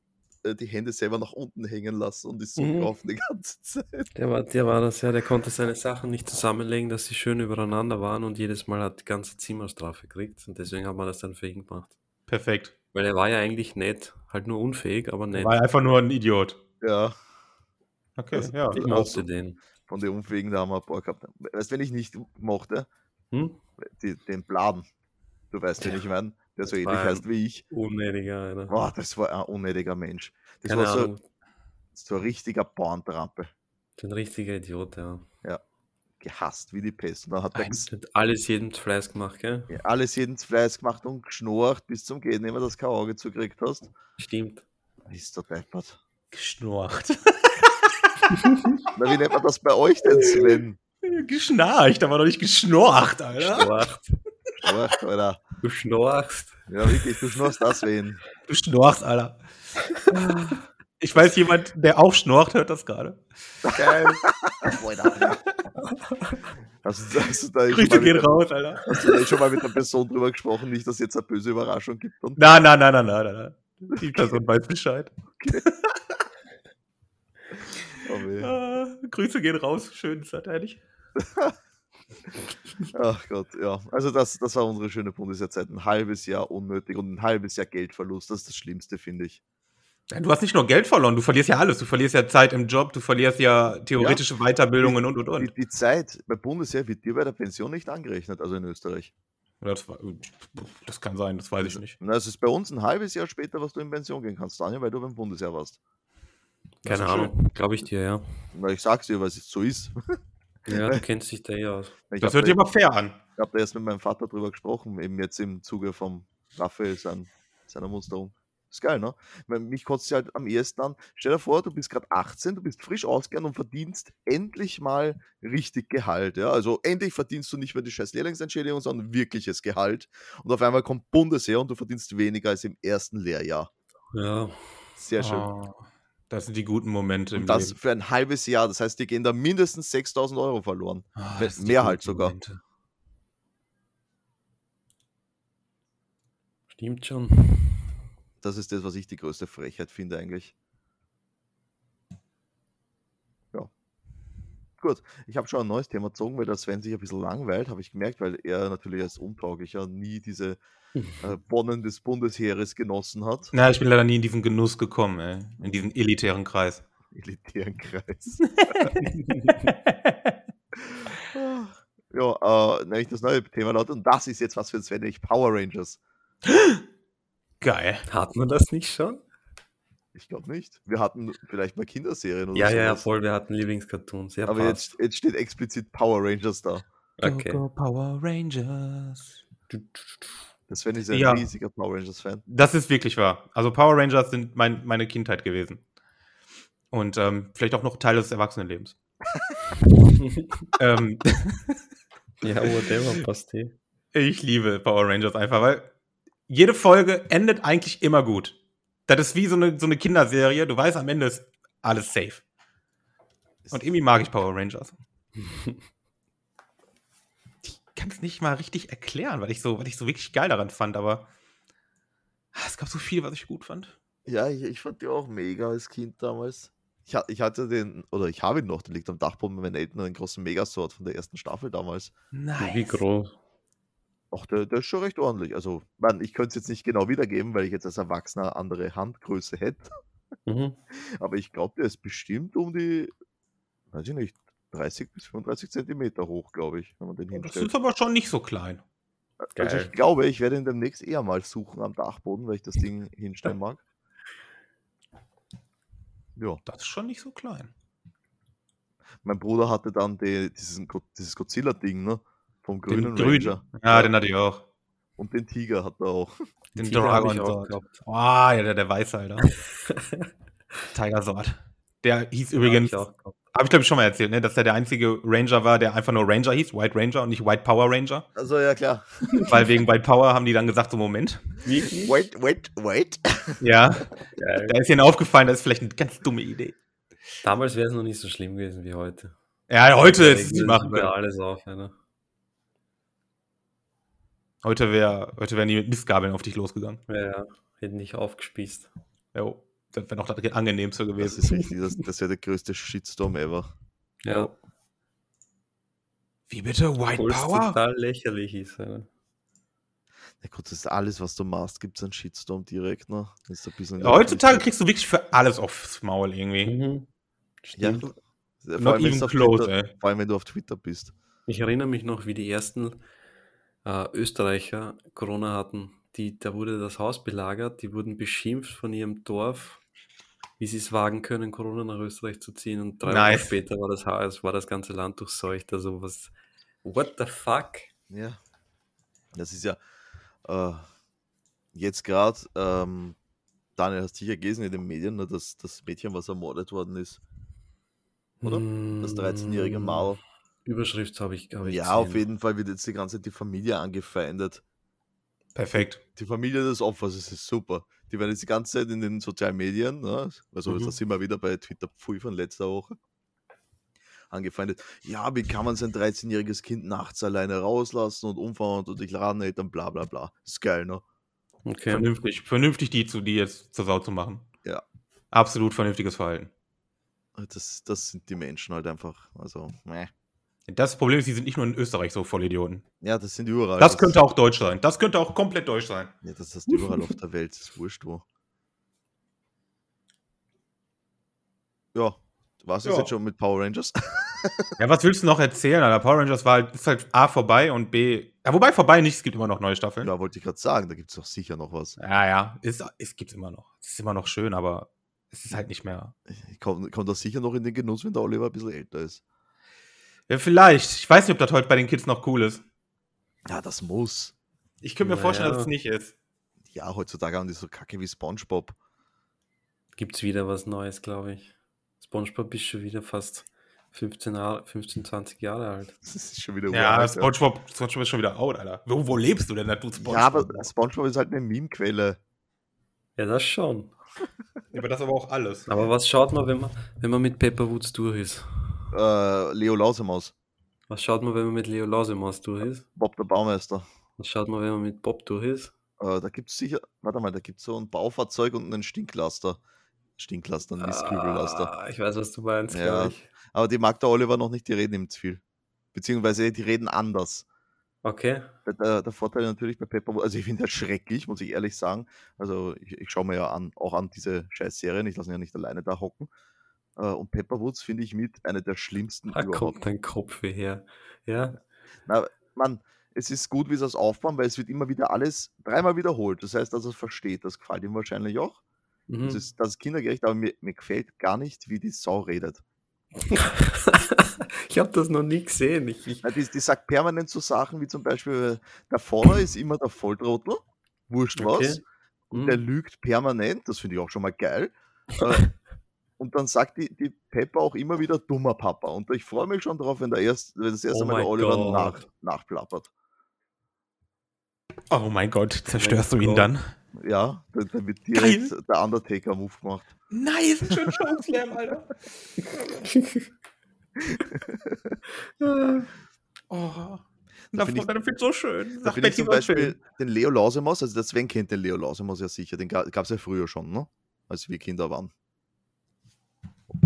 Speaker 2: äh, die Hände selber nach unten hängen lassen und ist so
Speaker 3: Mhm.
Speaker 2: gelaufen die ganze Zeit.
Speaker 3: Der war, der war das, ja, der konnte seine Sachen nicht zusammenlegen, dass sie schön übereinander waren und jedes Mal hat die ganze Zimmerstrafe gekriegt und deswegen hat man das dann für ihn gemacht.
Speaker 1: Perfekt.
Speaker 3: Weil er war ja eigentlich nett, halt nur unfähig, aber nett.
Speaker 1: War einfach nur ein Idiot.
Speaker 2: Ja,
Speaker 1: Okay,
Speaker 2: Das-
Speaker 1: ja.
Speaker 3: Ich
Speaker 2: auch so.
Speaker 3: mochte den.
Speaker 2: von den Umwegen, da haben wir ein paar gehabt. Weißt du, wenn ich nicht mochte,
Speaker 3: Hm?
Speaker 2: die, den Bladen. Du weißt, wen ich meine, der so
Speaker 3: Das
Speaker 2: ähnlich
Speaker 3: war ein-
Speaker 2: heißt wie ich.
Speaker 3: Unnötiger, Alter.
Speaker 2: Boah, das war ein unnötiger Mensch. Das
Speaker 3: Keine
Speaker 2: war so,
Speaker 3: Ahnung,
Speaker 2: so ein richtiger Bauerntrampel.
Speaker 3: so ein richtiger Idiot, ja.
Speaker 2: Gehasst wie die Pest. Und dann hat er ges-
Speaker 3: Hat alles jedem zu Fleiß gemacht, gell?
Speaker 2: Ja, alles jedens Fleiß gemacht und geschnorcht bis zum Gehen, immer das kein Auge zugekriegt hast.
Speaker 3: Stimmt.
Speaker 2: Ist der deppert.
Speaker 1: Geschnurrt.
Speaker 2: Na, wie nennt man das bei euch
Speaker 1: Äh.
Speaker 2: denn, Sven?
Speaker 1: Geschnarcht, aber doch nicht geschnorcht, Alter.
Speaker 3: Schnorcht.
Speaker 2: Schnorcht, Alter.
Speaker 3: Du schnorchst.
Speaker 2: Ja, wirklich, du schnorchst das, Sven.
Speaker 1: Du schnorchst, Alter. Ich weiß, jemand, der auch schnorcht, hört das gerade. Geil.
Speaker 2: Alter. Hast, du- hast, du da eh schon
Speaker 1: Grüße
Speaker 2: mal
Speaker 1: gehen
Speaker 2: mit,
Speaker 1: raus, Alter.
Speaker 2: hast du da eh schon mal mit einer Person drüber gesprochen? Nicht, dass es jetzt eine böse Überraschung gibt. Und
Speaker 1: Na, na, na, na, na, na, na. Die Person weiß Bescheid.
Speaker 2: oh, weh.
Speaker 1: Äh, Grüße gehen raus. Schön, ist das ehrlich.
Speaker 2: Ach Gott, ja. Also, das, das war unsere schöne Bundeswehrzeit. Ein halbes Jahr unnötig und ein halbes Jahr Geldverlust. Das ist das Schlimmste, finde ich.
Speaker 1: Ja, Du hast nicht nur Geld verloren, du verlierst ja alles. Du verlierst ja Zeit im Job, du verlierst ja theoretische Weiterbildungen und und
Speaker 2: Die,
Speaker 1: und.
Speaker 2: die Zeit bei Bundeswehr wird dir bei der Pension nicht angerechnet, also in Österreich.
Speaker 1: Das, war- das kann sein, das weiß ich nicht.
Speaker 2: Na, es ist bei uns ein halbes Jahr später, was du in Pension gehen kannst, Daniel, weil du beim Bundesheer warst.
Speaker 1: Das
Speaker 3: Keine
Speaker 1: ist schön.
Speaker 3: Ahnung, glaube ich dir, ja.
Speaker 2: Na, ich sag's dir, weil es jetzt so ist.
Speaker 3: Ja, du kennst dich da eh aus.
Speaker 2: Ich
Speaker 1: Das
Speaker 2: habe
Speaker 1: hört
Speaker 2: da,
Speaker 1: sich aber fair an.
Speaker 2: ich hab da erst mit meinem Vater drüber gesprochen, eben jetzt im Zuge vom Raphael, sein, seiner Musterung. Ist geil, ne? Weil mich kotzt sie halt am ehesten an. Stell dir vor, du bist gerade 18, du bist frisch ausgegangen und verdienst endlich mal richtig Gehalt. Ja? Also endlich verdienst du nicht mehr die scheiß Lehrlingsentschädigung, sondern wirkliches Gehalt. Und auf einmal kommt Bundesheer und du verdienst weniger als im ersten Lehrjahr.
Speaker 3: Ja,
Speaker 2: Sehr schön.
Speaker 1: Oh, das sind die guten Momente im
Speaker 2: Und das
Speaker 1: Leben.
Speaker 2: für ein halbes Jahr. Das heißt, die gehen da mindestens 6000 Euro verloren.
Speaker 1: Ah,
Speaker 2: Me-
Speaker 1: das sind die
Speaker 2: mehr halt
Speaker 1: guten
Speaker 2: sogar.
Speaker 1: Momente.
Speaker 3: stimmt schon.
Speaker 2: Das ist das, was ich die größte Frechheit finde, eigentlich. Ja. Gut, ich habe schon ein neues Thema gezogen, weil der Sven sich ein bisschen langweilt, habe ich gemerkt, weil er natürlich als Untauglicher nie diese äh, Bonnen des Bundesheeres genossen hat.
Speaker 1: Na, ich bin leider nie in diesen Genuss gekommen, ey. In diesen elitären Kreis.
Speaker 2: Elitären Kreis. ja, äh, nämlich das neue Thema lautet, und das ist jetzt was für den Sven, nämlich Power Rangers.
Speaker 1: Geil.
Speaker 3: Hat man das nicht schon?
Speaker 2: Ich glaube nicht. Wir hatten vielleicht mal Kinderserien oder
Speaker 3: Ja, ja, ja,
Speaker 2: sowas.
Speaker 3: voll, wir hatten Lieblingscartoons. Ja,
Speaker 2: Aber jetzt, jetzt steht explizit Power Rangers da.
Speaker 3: Okay.
Speaker 1: Go, go, Power Rangers.
Speaker 2: Der Sven ist ein
Speaker 1: Ja.
Speaker 2: riesiger Power Rangers-Fan.
Speaker 1: Das ist wirklich wahr. Also Power Rangers sind mein, meine Kindheit gewesen. Und ähm, vielleicht auch noch Teil des Erwachsenenlebens. ähm,
Speaker 3: ja, whatever, passt eh.
Speaker 1: ich liebe Power Rangers einfach, weil jede Folge endet eigentlich immer gut. Das ist wie so eine, so eine Kinderserie. Du weißt, am Ende ist alles safe. Und irgendwie mag ich Power Rangers. Ich kann es nicht mal richtig erklären, weil ich so, weil ich so wirklich geil daran fand, aber ah, es gab so viel, was ich gut fand.
Speaker 2: Ja, ich, ich fand die auch mega als Kind damals. Ich, ha- ich hatte den, oder ich habe ihn noch, der liegt am Dachboden bei meinen Eltern, einen großen Megasort von der ersten Staffel damals.
Speaker 1: Nice.
Speaker 3: Wie groß.
Speaker 2: Ach, der, der ist schon recht ordentlich. Also, man, ich könnte es jetzt nicht genau wiedergeben, weil ich jetzt als Erwachsener andere Handgröße hätte.
Speaker 3: Mhm.
Speaker 2: Aber ich glaube, der ist bestimmt um die, weiß ich nicht, 30 bis 35 Zentimeter hoch, glaube ich, wenn man den
Speaker 1: Das
Speaker 2: hinstellt.
Speaker 1: ist aber schon nicht so klein.
Speaker 2: Also ich
Speaker 3: Geil.
Speaker 2: glaube, ich werde ihn demnächst eher mal suchen am Dachboden, weil ich das Ding hinstellen mag. Ja,
Speaker 1: Das ist schon nicht so klein.
Speaker 2: mein Bruder hatte dann die, diesen, Go- dieses Godzilla-Ding, ne? Vom grünen
Speaker 1: grünen.
Speaker 2: Ranger.
Speaker 1: Ja, den hatte ich auch.
Speaker 2: Und den Tiger hat er auch.
Speaker 1: Den
Speaker 3: Tiger hab ich
Speaker 1: Dragon
Speaker 3: auch
Speaker 1: Sword.
Speaker 3: gehabt.
Speaker 1: Ah, ja, der, der Weiße, Alter. Tiger Sword. Der hieß übrigens,
Speaker 3: Hab ich
Speaker 1: habe
Speaker 3: auch gehabt.
Speaker 1: ich glaube ich schon mal erzählt, ne, dass er der einzige Ranger war, der einfach nur Ranger hieß, White Ranger und nicht White Power Ranger.
Speaker 2: Also ja, klar.
Speaker 1: Weil wegen White Power haben die dann gesagt, so Moment.
Speaker 3: Wirklich?
Speaker 2: Wait, wait, wait.
Speaker 1: Ja,
Speaker 3: Geil.
Speaker 1: da ist ihnen aufgefallen, das ist vielleicht eine ganz dumme Idee.
Speaker 3: Damals wäre es noch nicht so schlimm gewesen wie heute.
Speaker 1: Ja, heute hätte es
Speaker 3: Eigentlich
Speaker 1: nicht machen
Speaker 3: über
Speaker 1: können.
Speaker 3: alles ne? auf, Alter.
Speaker 1: Heute, wär, heute wären die mit Mistgabeln auf dich losgegangen.
Speaker 3: Ja, ja. Hätten dich aufgespießt.
Speaker 1: Jo, das wäre noch das angenehmste
Speaker 2: Das
Speaker 1: gewesen.
Speaker 2: ist richtig, das, das wäre der größte Shitstorm ever.
Speaker 1: Ja. Wie bitte? White
Speaker 3: Obwohl es
Speaker 1: Power?
Speaker 3: total lächerlich ist, Alter.
Speaker 2: Na gut, das ist alles, was du machst, gibt es einen Shitstorm direkt, ne? Das ist ein bisschen
Speaker 1: Ja, Heutzutage kriegst du wirklich für alles aufs Maul irgendwie.
Speaker 3: Mhm.
Speaker 2: ja,
Speaker 3: Stimmt.
Speaker 2: vor
Speaker 1: Not
Speaker 2: allem, wenn's
Speaker 1: even
Speaker 2: auf
Speaker 1: close,
Speaker 2: Twitter,
Speaker 1: ey.
Speaker 2: vor allem, wenn du auf Twitter bist.
Speaker 3: Ich erinnere mich noch, wie die ersten äh, Österreicher Corona hatten. Die, da wurde das Haus belagert, die wurden beschimpft von ihrem Dorf, wie sie es wagen können, Corona nach Österreich zu ziehen. Und drei
Speaker 1: Nice.
Speaker 3: Wochen später war das, Haus, war das ganze Land durchseucht. Also was, what the fuck?
Speaker 2: Ja. Das ist ja äh, jetzt gerade, ähm, Daniel, hast du sicher gelesen in den Medien, ne, dass das Mädchen, was ermordet worden ist, Oder? das 13-jährige
Speaker 3: Mm,
Speaker 2: Mal.
Speaker 3: Überschrift habe ich, habe ich
Speaker 2: Ja, auf
Speaker 3: gesehen.
Speaker 2: jeden Fall wird jetzt die ganze Zeit die Familie angefeindet.
Speaker 1: Perfekt.
Speaker 2: Die Familie des Opfers, es ist super. Die werden jetzt die ganze Zeit in den sozialen Medien, ne? also
Speaker 3: Mhm.
Speaker 2: das sind wir wieder bei Twitter Pfui von letzter Woche, angefeindet. Ja, wie kann man sein 13-jähriges Kind nachts alleine rauslassen und unverantwortlich laden, Eltern, bla bla bla. Ist geil, ne?
Speaker 3: Okay.
Speaker 1: Vernünftig, vernünftig die zu die jetzt zur Sau zu machen.
Speaker 2: Ja.
Speaker 1: Absolut vernünftiges Verhalten.
Speaker 2: Das, das sind die Menschen halt einfach. Also, meh.
Speaker 1: Das Problem ist, die sind nicht nur in Österreich so Vollidioten.
Speaker 2: ja, das sind überall.
Speaker 1: Das könnte auch deutsch sein. Das könnte auch komplett deutsch sein.
Speaker 2: Ja, das hast du überall auf der Welt. Ist wurscht wo. Ja, was ist
Speaker 1: Ja.
Speaker 2: jetzt schon mit Power Rangers?
Speaker 1: Ja, was willst du noch erzählen? Alter? Power Rangers war halt, ist halt A vorbei und B. Ja, wobei vorbei nicht, es gibt immer noch neue Staffeln.
Speaker 2: ja, wollte ich gerade sagen, da gibt es doch sicher noch was.
Speaker 1: Ja, ja, es, es gibt immer noch. Es ist immer noch schön, aber es ist halt nicht mehr.
Speaker 2: Kommt, kommt das sicher noch in den Genuss, wenn der Oliver ein bisschen älter ist.
Speaker 1: Ja, vielleicht. Ich weiß nicht, ob das heute bei den Kids noch cool ist.
Speaker 2: Ja, das muss.
Speaker 1: Ich könnte mir
Speaker 3: Naja.
Speaker 1: vorstellen, dass es nicht ist.
Speaker 2: Ja, heutzutage haben die so kacke wie Spongebob.
Speaker 3: Gibt's wieder was Neues, glaube ich. SpongeBob ist schon wieder fast 15, Jahre- 15 20 Jahre alt.
Speaker 2: Das ist schon wieder
Speaker 1: Ja,
Speaker 2: uralt,
Speaker 1: SpongeBob, SpongeBob ist schon wieder out, Alter. Wo, wo lebst du denn, da du SpongeBob?
Speaker 2: ja, aber Spongebob ist halt eine Meme-Quelle.
Speaker 3: Ja, das schon.
Speaker 1: aber das aber auch alles.
Speaker 3: Aber was schaut man, wenn man, wenn man mit Pepper Woods durch ist?
Speaker 2: Äh, Leo Lausemaus,
Speaker 3: Was schaut man, wenn man mit Leo Lausemaus durch ist?
Speaker 2: Bob der Baumeister.
Speaker 3: Was schaut man, wenn man mit Bob durch ist?
Speaker 2: Äh, da gibt es sicher, warte mal, da gibt es so ein Baufahrzeug und einen Stinklaster. Stinklaster, ein Mistkübellaster.
Speaker 3: Ah, ich weiß, was du meinst,
Speaker 2: Ja.
Speaker 3: glaube ich.
Speaker 2: Aber die mag der Oliver noch nicht, die reden ihm zu viel. Beziehungsweise die reden anders.
Speaker 3: Okay.
Speaker 2: Der- Der, der Vorteil natürlich bei Pepper, also ich finde das schrecklich, muss ich ehrlich sagen. Also ich, ich schaue mir ja an, auch an diese Scheißserien, ich lasse ihn ja nicht alleine da hocken. Äh, Und Pepper Woods finde ich mit eine der schlimmsten
Speaker 3: Da
Speaker 2: überhaupt.
Speaker 3: kommt dein Kopf her. Ja.
Speaker 2: Mann, es ist gut, wie sie das aufbauen, weil es wird immer wieder alles dreimal wiederholt. Das heißt, dass er es versteht, das gefällt ihm wahrscheinlich auch.
Speaker 3: Mhm.
Speaker 2: Das, ist, das ist kindergerecht, aber mir, mir gefällt gar nicht, wie die Sau redet.
Speaker 3: ich habe das noch nie gesehen. Ich, ich,
Speaker 2: Na, die, die sagt permanent so Sachen wie zum Beispiel, äh, der Vorder ist immer der Volltrottel, wurscht was,
Speaker 3: Mhm.
Speaker 2: der lügt permanent, das finde ich auch schon mal geil. Äh, und dann sagt die, die Peppa auch immer wieder dummer Papa. Und ich freue mich schon drauf, wenn, der erst, wenn das erste
Speaker 3: Oh
Speaker 2: Mal der
Speaker 3: mein
Speaker 2: Oliver
Speaker 3: Gott.
Speaker 2: nach, nachplappert.
Speaker 1: Oh mein Gott, zerstörst du ihn
Speaker 3: Gott.
Speaker 1: dann?
Speaker 2: Ja, dann, dann wird direkt der Undertaker-Move gemacht.
Speaker 1: Nein, schon Chokeslam, Alter.
Speaker 3: Ja.
Speaker 1: Oh.
Speaker 2: Da find ich-
Speaker 1: ich es so schön.
Speaker 2: Da
Speaker 1: Sag
Speaker 2: finde ich
Speaker 1: Betty
Speaker 2: zum
Speaker 1: so schön.
Speaker 2: Beispiel den Leo Lausemaus, also der Sven kennt den Leo Lausemaus ja sicher, den gab es ja früher schon, ne? als wir Kinder waren.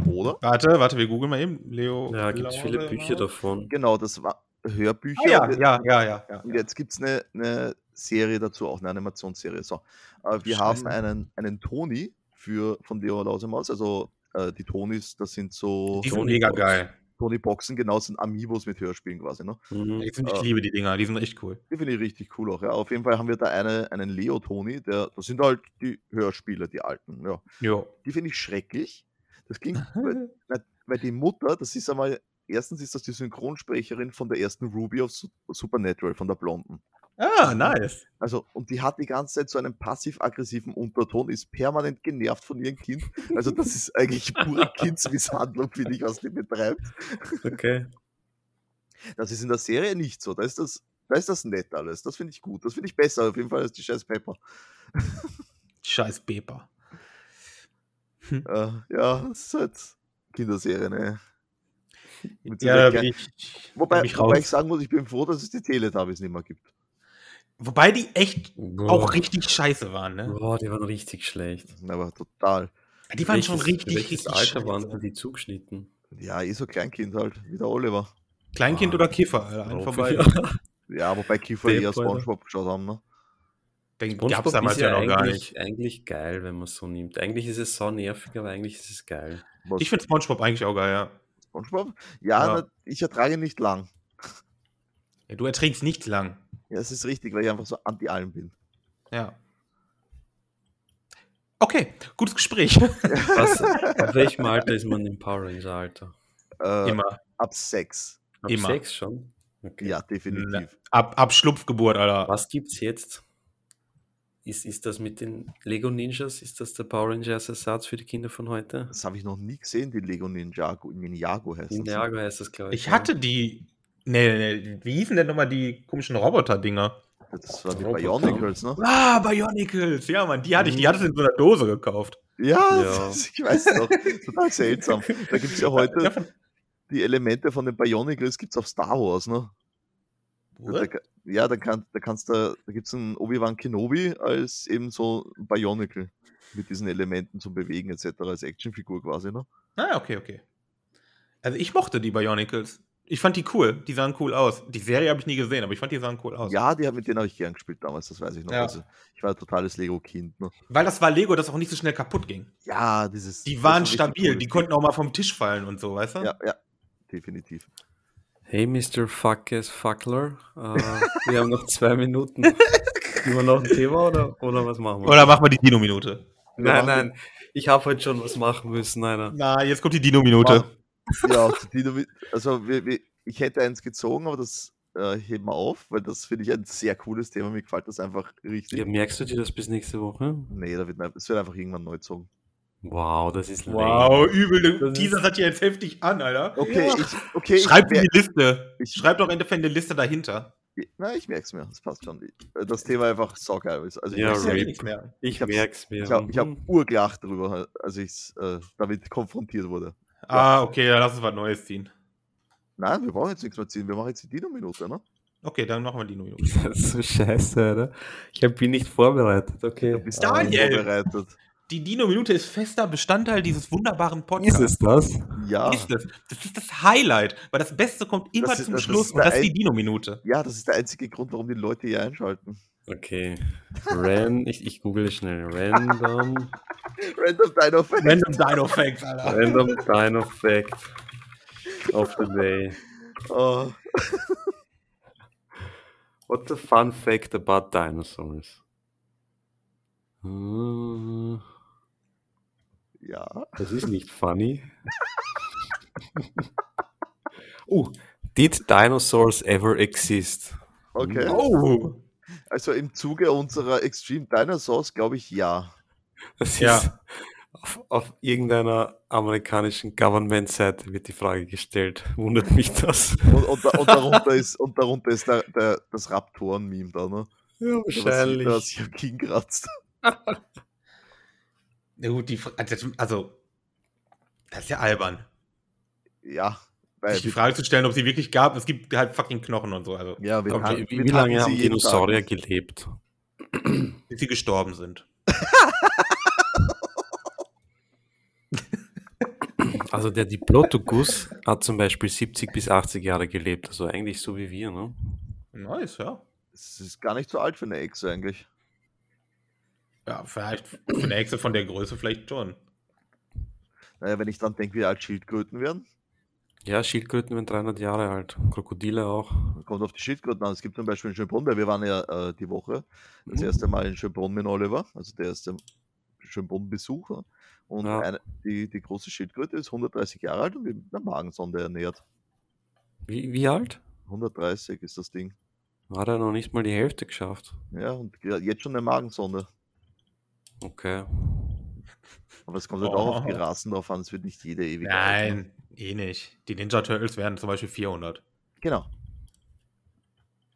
Speaker 2: Oder?
Speaker 1: Warte, warte, wir googeln mal eben. Leo.
Speaker 3: Ja, gibt es viele
Speaker 1: Laune,
Speaker 3: Bücher
Speaker 1: Laune.
Speaker 3: davon.
Speaker 2: Genau, das war Hörbücher.
Speaker 1: Ah, ja,
Speaker 2: und,
Speaker 1: ja, ja, ja. ja.
Speaker 2: und jetzt gibt es eine, eine Serie dazu, auch eine Animationsserie. So, äh, wir
Speaker 1: Scheiße.
Speaker 2: haben einen, einen Toni für, von Leo Lausemaus, also äh, die Tonis, das sind so
Speaker 1: Die sind
Speaker 3: Tony
Speaker 1: mega
Speaker 3: Fox.
Speaker 1: geil.
Speaker 2: Toni-Boxen, genau, sind Amiibos mit Hörspielen quasi. Ne?
Speaker 3: Mhm.
Speaker 1: Ich
Speaker 2: Ah.
Speaker 1: liebe die Dinger, die sind echt cool.
Speaker 2: Die finde ich richtig cool auch. Ja. Auf jeden Fall haben wir da eine, einen Leo-Toni, der, das sind halt die Hörspiele, die alten. Ja.
Speaker 1: Jo.
Speaker 2: Die finde ich schrecklich. Das klingt, weil, weil- weil die Mutter, das ist einmal, erstens ist das die Synchronsprecherin von der ersten Ruby auf Su- Supernatural, von der Blonden.
Speaker 1: Ah, nice.
Speaker 2: Also, und die hat die ganze Zeit so einen passiv-aggressiven Unterton, ist permanent genervt von ihrem Kind. Also, das ist eigentlich pure Kindsmisshandlung, finde ich, was die betreibt.
Speaker 3: Okay.
Speaker 2: Das ist in der Serie nicht so. Da ist das, da ist das nett alles. Das finde ich gut. Das finde ich besser, auf jeden Fall als die scheiß Pepper.
Speaker 1: Scheiß Beper.
Speaker 2: Äh, ja, das ist halt Kinderserie, ne? Mit so
Speaker 1: Ja,
Speaker 2: einer
Speaker 1: da
Speaker 2: Ge-
Speaker 1: bin ich,
Speaker 2: Wobei,
Speaker 1: bin ich
Speaker 2: wobei
Speaker 1: raus.
Speaker 2: ich sagen muss, ich bin froh, dass es die Teletubbies nicht mehr gibt.
Speaker 1: Wobei die echt
Speaker 2: Oh.
Speaker 3: Boah.
Speaker 1: auch richtig scheiße waren, ne?
Speaker 3: Boah, die waren richtig schlecht.
Speaker 2: Aber total.
Speaker 1: Die waren schon
Speaker 3: Welches-
Speaker 1: richtig,
Speaker 3: welches
Speaker 1: richtig
Speaker 3: Alter
Speaker 1: scheiße.
Speaker 3: waren denn die zugeschnitten?
Speaker 2: Ja, eh so Kleinkind halt, wie der Oliver.
Speaker 1: Kleinkind
Speaker 3: Ah.
Speaker 1: oder Kiefer, Alter. Ein
Speaker 3: Oh,
Speaker 1: vorbei.
Speaker 3: ja.
Speaker 2: Ja, wobei Kiefer
Speaker 3: Der
Speaker 2: eher
Speaker 3: Pointer.
Speaker 2: Spongebob geschaut haben, ne?
Speaker 1: Den
Speaker 3: SpongeBob
Speaker 1: gab's damals
Speaker 3: ist
Speaker 1: ja noch gar
Speaker 3: eigentlich-
Speaker 1: nicht.
Speaker 3: Eigentlich geil, wenn man es so nimmt. Eigentlich ist es so nervig, aber eigentlich ist es geil.
Speaker 2: Was,
Speaker 1: Ich finde Spongebob eigentlich auch geil, ja.
Speaker 2: Spongebob? Ja,
Speaker 1: Ja.
Speaker 2: Na, ich ertrage nicht lang.
Speaker 1: ja du erträgst nicht lang.
Speaker 2: Ja, es ist richtig, weil ich einfach so anti allem bin.
Speaker 1: Ja. Okay, gutes Gespräch.
Speaker 3: Was, ab welchem Alter ist man im Power Ranger Alter?
Speaker 2: Äh,
Speaker 1: Immer.
Speaker 2: Ab 6.
Speaker 3: Ab
Speaker 1: Immer.
Speaker 3: sechs schon? Okay.
Speaker 2: Ja, definitiv.
Speaker 1: Ab, ab Schlupfgeburt, Alter.
Speaker 3: Was gibt's jetzt? Ist, ist das mit den Lego Ninjas? Ist das der Power Rangers Ersatz für die Kinder von heute?
Speaker 2: Das habe ich noch nie gesehen, die Lego Ninjago, Ninjago heißen. sie.
Speaker 3: Ninjago heißt das, glaube ich.
Speaker 1: Ich hatte die. Nee, nee, nee. Wie hießen denn nochmal die komischen Roboter-Dinger?
Speaker 2: Das war die
Speaker 3: Roboter.
Speaker 2: Bionicles, ne?
Speaker 1: Ah, Bionicles. Ja, Mann, die hatte ich. Die
Speaker 3: Mhm.
Speaker 1: hatte ich in so einer Dose gekauft.
Speaker 2: Ja,
Speaker 3: Ja.
Speaker 2: ich weiß noch. Total seltsam. Da gibt es ja
Speaker 1: Ja,
Speaker 2: heute
Speaker 1: von-
Speaker 2: die Elemente von den Bionicles, gibt es auf Star Wars, ne? Da,
Speaker 1: What?
Speaker 2: ka- ja, da, kann, da kannst du, da gibt es einen Obi-Wan Kenobi als eben so ein Bionicle mit diesen Elementen zum Bewegen etc. als Actionfigur quasi, ne?
Speaker 1: Ah, okay, okay. Also ich mochte die Bionicles. Ich fand die cool. Die sahen cool aus. Die Serie habe ich nie gesehen, aber ich fand die sahen cool aus.
Speaker 2: Ja, die, hab- mit denen habe ich gern gespielt damals, das weiß ich noch.
Speaker 1: Ja.
Speaker 2: Also, ich war ein totales Lego-Kind, ne?
Speaker 1: Weil das war Lego, das auch nicht so schnell kaputt ging.
Speaker 2: Ja, dieses.
Speaker 1: Die
Speaker 2: das
Speaker 1: waren
Speaker 2: war richtig
Speaker 1: stabil.
Speaker 2: cool.
Speaker 1: Die konnten auch mal vom Tisch fallen und so, weißt du?
Speaker 2: Ja, ja, definitiv.
Speaker 3: Hey, Mr. Fuckes Fuckler. Äh, wir haben noch zwei Minuten. Immer noch ein Thema oder, oder was machen wir?
Speaker 1: Oder machen wir die Dino-Minute?
Speaker 3: nein, nein. Ich habe heute schon was machen müssen, einer.
Speaker 1: Na, jetzt kommt die Dino-Minute.
Speaker 2: Ja, zu Dino- also wir, wir, ich hätte eins gezogen, aber das äh, heben wir auf, weil das finde ich ein sehr cooles Thema. Mir gefällt das einfach richtig.
Speaker 3: Ja, merkst du dir das bis nächste Woche?
Speaker 2: Nee, da wird, ne- es wird einfach irgendwann neu gezogen.
Speaker 3: Wow, das ist
Speaker 1: Wow, übel. Der
Speaker 3: Das ist-
Speaker 1: Teaser hat hier jetzt heftig an, Alter.
Speaker 2: Okay, ich, okay,
Speaker 1: Schreib
Speaker 2: ich,
Speaker 1: in die Liste.
Speaker 2: ich-
Speaker 1: Schreib doch im Endeffekt eine Liste dahinter.
Speaker 2: Ich- Na, ich merk's mir, das passt schon. Ich- äh, Das Thema einfach saugeil ist. Also ich,
Speaker 3: Ja,
Speaker 2: merk's
Speaker 1: Ist ja
Speaker 2: mir.
Speaker 1: eh
Speaker 3: rape.
Speaker 1: nichts mehr.
Speaker 3: Ich,
Speaker 2: hab's-
Speaker 3: merk's mir.
Speaker 2: ich habe ich hab
Speaker 3: Mhm.
Speaker 2: urgelacht drüber, als ich äh, damit konfrontiert wurde.
Speaker 1: Ah, okay, dann lass uns was Neues ziehen.
Speaker 2: Nein, wir brauchen jetzt nichts mehr ziehen, wir machen jetzt die Dino-Minute, ne?
Speaker 1: Okay, dann machen wir Dino-Minute.
Speaker 3: Das ist so scheiße, oder? Ich hab ihn nicht vorbereitet, okay.
Speaker 2: Bis
Speaker 1: Ja,
Speaker 2: dahin
Speaker 1: Daniel!
Speaker 2: vorbereitet.
Speaker 1: Die Dino-Minute ist fester Bestandteil dieses wunderbaren
Speaker 3: Ist
Speaker 1: Podcasts.
Speaker 3: es das?
Speaker 2: Ja,
Speaker 1: Ist es. Das ist das Highlight, weil das Beste kommt immer
Speaker 2: Ah. Das ist-
Speaker 1: zum
Speaker 2: das ist
Speaker 1: Schluss und
Speaker 2: der
Speaker 1: das ist die
Speaker 2: ein-
Speaker 1: Dino-Minute.
Speaker 2: ja, das ist der einzige Grund, warum die Leute hier einschalten.
Speaker 3: Okay. Ran, ich, ich google schnell. Random,
Speaker 2: Random Dino Fact.
Speaker 1: Random Dino Facts, Alter.
Speaker 3: random Dino Fact of the day.
Speaker 2: Oh,
Speaker 3: What's a fun fact about dinosaurs? Hm,
Speaker 2: Ja.
Speaker 3: Das ist nicht funny. oh, did dinosaurs ever exist?
Speaker 2: Okay.
Speaker 1: Oh!
Speaker 2: Also im Zuge unserer Extreme Dinosaurs glaube ich ja.
Speaker 3: Das
Speaker 1: Ja.
Speaker 3: ist auf, auf irgendeiner amerikanischen Government-Seite wird die Frage gestellt. Wundert mich das.
Speaker 2: Und, und, da- und darunter ist, und darunter ist der, der, das Raptoren-Meme da, ne?
Speaker 3: Ja,
Speaker 2: Das hier King kratzt.
Speaker 1: Na gut, die, Fra- also- also, das ist ja albern.
Speaker 2: Ja. Weil,
Speaker 1: Sich die Frage zu stellen, ob sie wirklich gab, es gibt halt fucking Knochen und so, also,
Speaker 2: ja, wir
Speaker 1: Komm,
Speaker 2: hatten-
Speaker 3: Wie,
Speaker 2: wir
Speaker 3: wie
Speaker 2: hatten
Speaker 3: lange
Speaker 2: sie
Speaker 3: haben
Speaker 2: jeden
Speaker 3: Dinosaurier
Speaker 2: Tag.
Speaker 3: gelebt?
Speaker 1: bis sie gestorben sind.
Speaker 3: Also der Diplodocus hat zum Beispiel 70 bis 80 Jahre gelebt. Also eigentlich so wie wir, ne?
Speaker 1: Nice, ja.
Speaker 2: Es ist gar nicht so alt für eine Echse eigentlich.
Speaker 1: Ja, vielleicht für eine Echse von der Größe vielleicht schon.
Speaker 2: Naja, wenn ich dann denke, wie alt Schildkröten werden,
Speaker 3: Ja, Schildkröten werden 300 Jahre alt. Krokodile auch.
Speaker 2: kommt auf die Schildkröten an. Es gibt zum Beispiel in Schönbrunn, weil wir waren ja äh, die Woche das
Speaker 1: Mhm.
Speaker 3: Hm?
Speaker 2: erste Mal in Schönbrunn mit Oliver, also der erste Schönbrunn-Besucher. Und
Speaker 3: Ja.
Speaker 2: eine, die, die große Schildkröte ist 130 Jahre alt und wird mit einer Magensonde ernährt.
Speaker 3: Wie, wie alt?
Speaker 2: 130 ist das Ding.
Speaker 3: Hat er noch nicht mal die Hälfte geschafft.
Speaker 2: Ja, und ge- jetzt schon eine Magensonde.
Speaker 3: Okay.
Speaker 2: Aber es kommt halt auch auf die Rassen drauf an, es wird nicht jede ewig. alt, ne?
Speaker 1: Nein, eh nicht. Die Ninja Turtles werden zum Beispiel 400.
Speaker 2: Genau.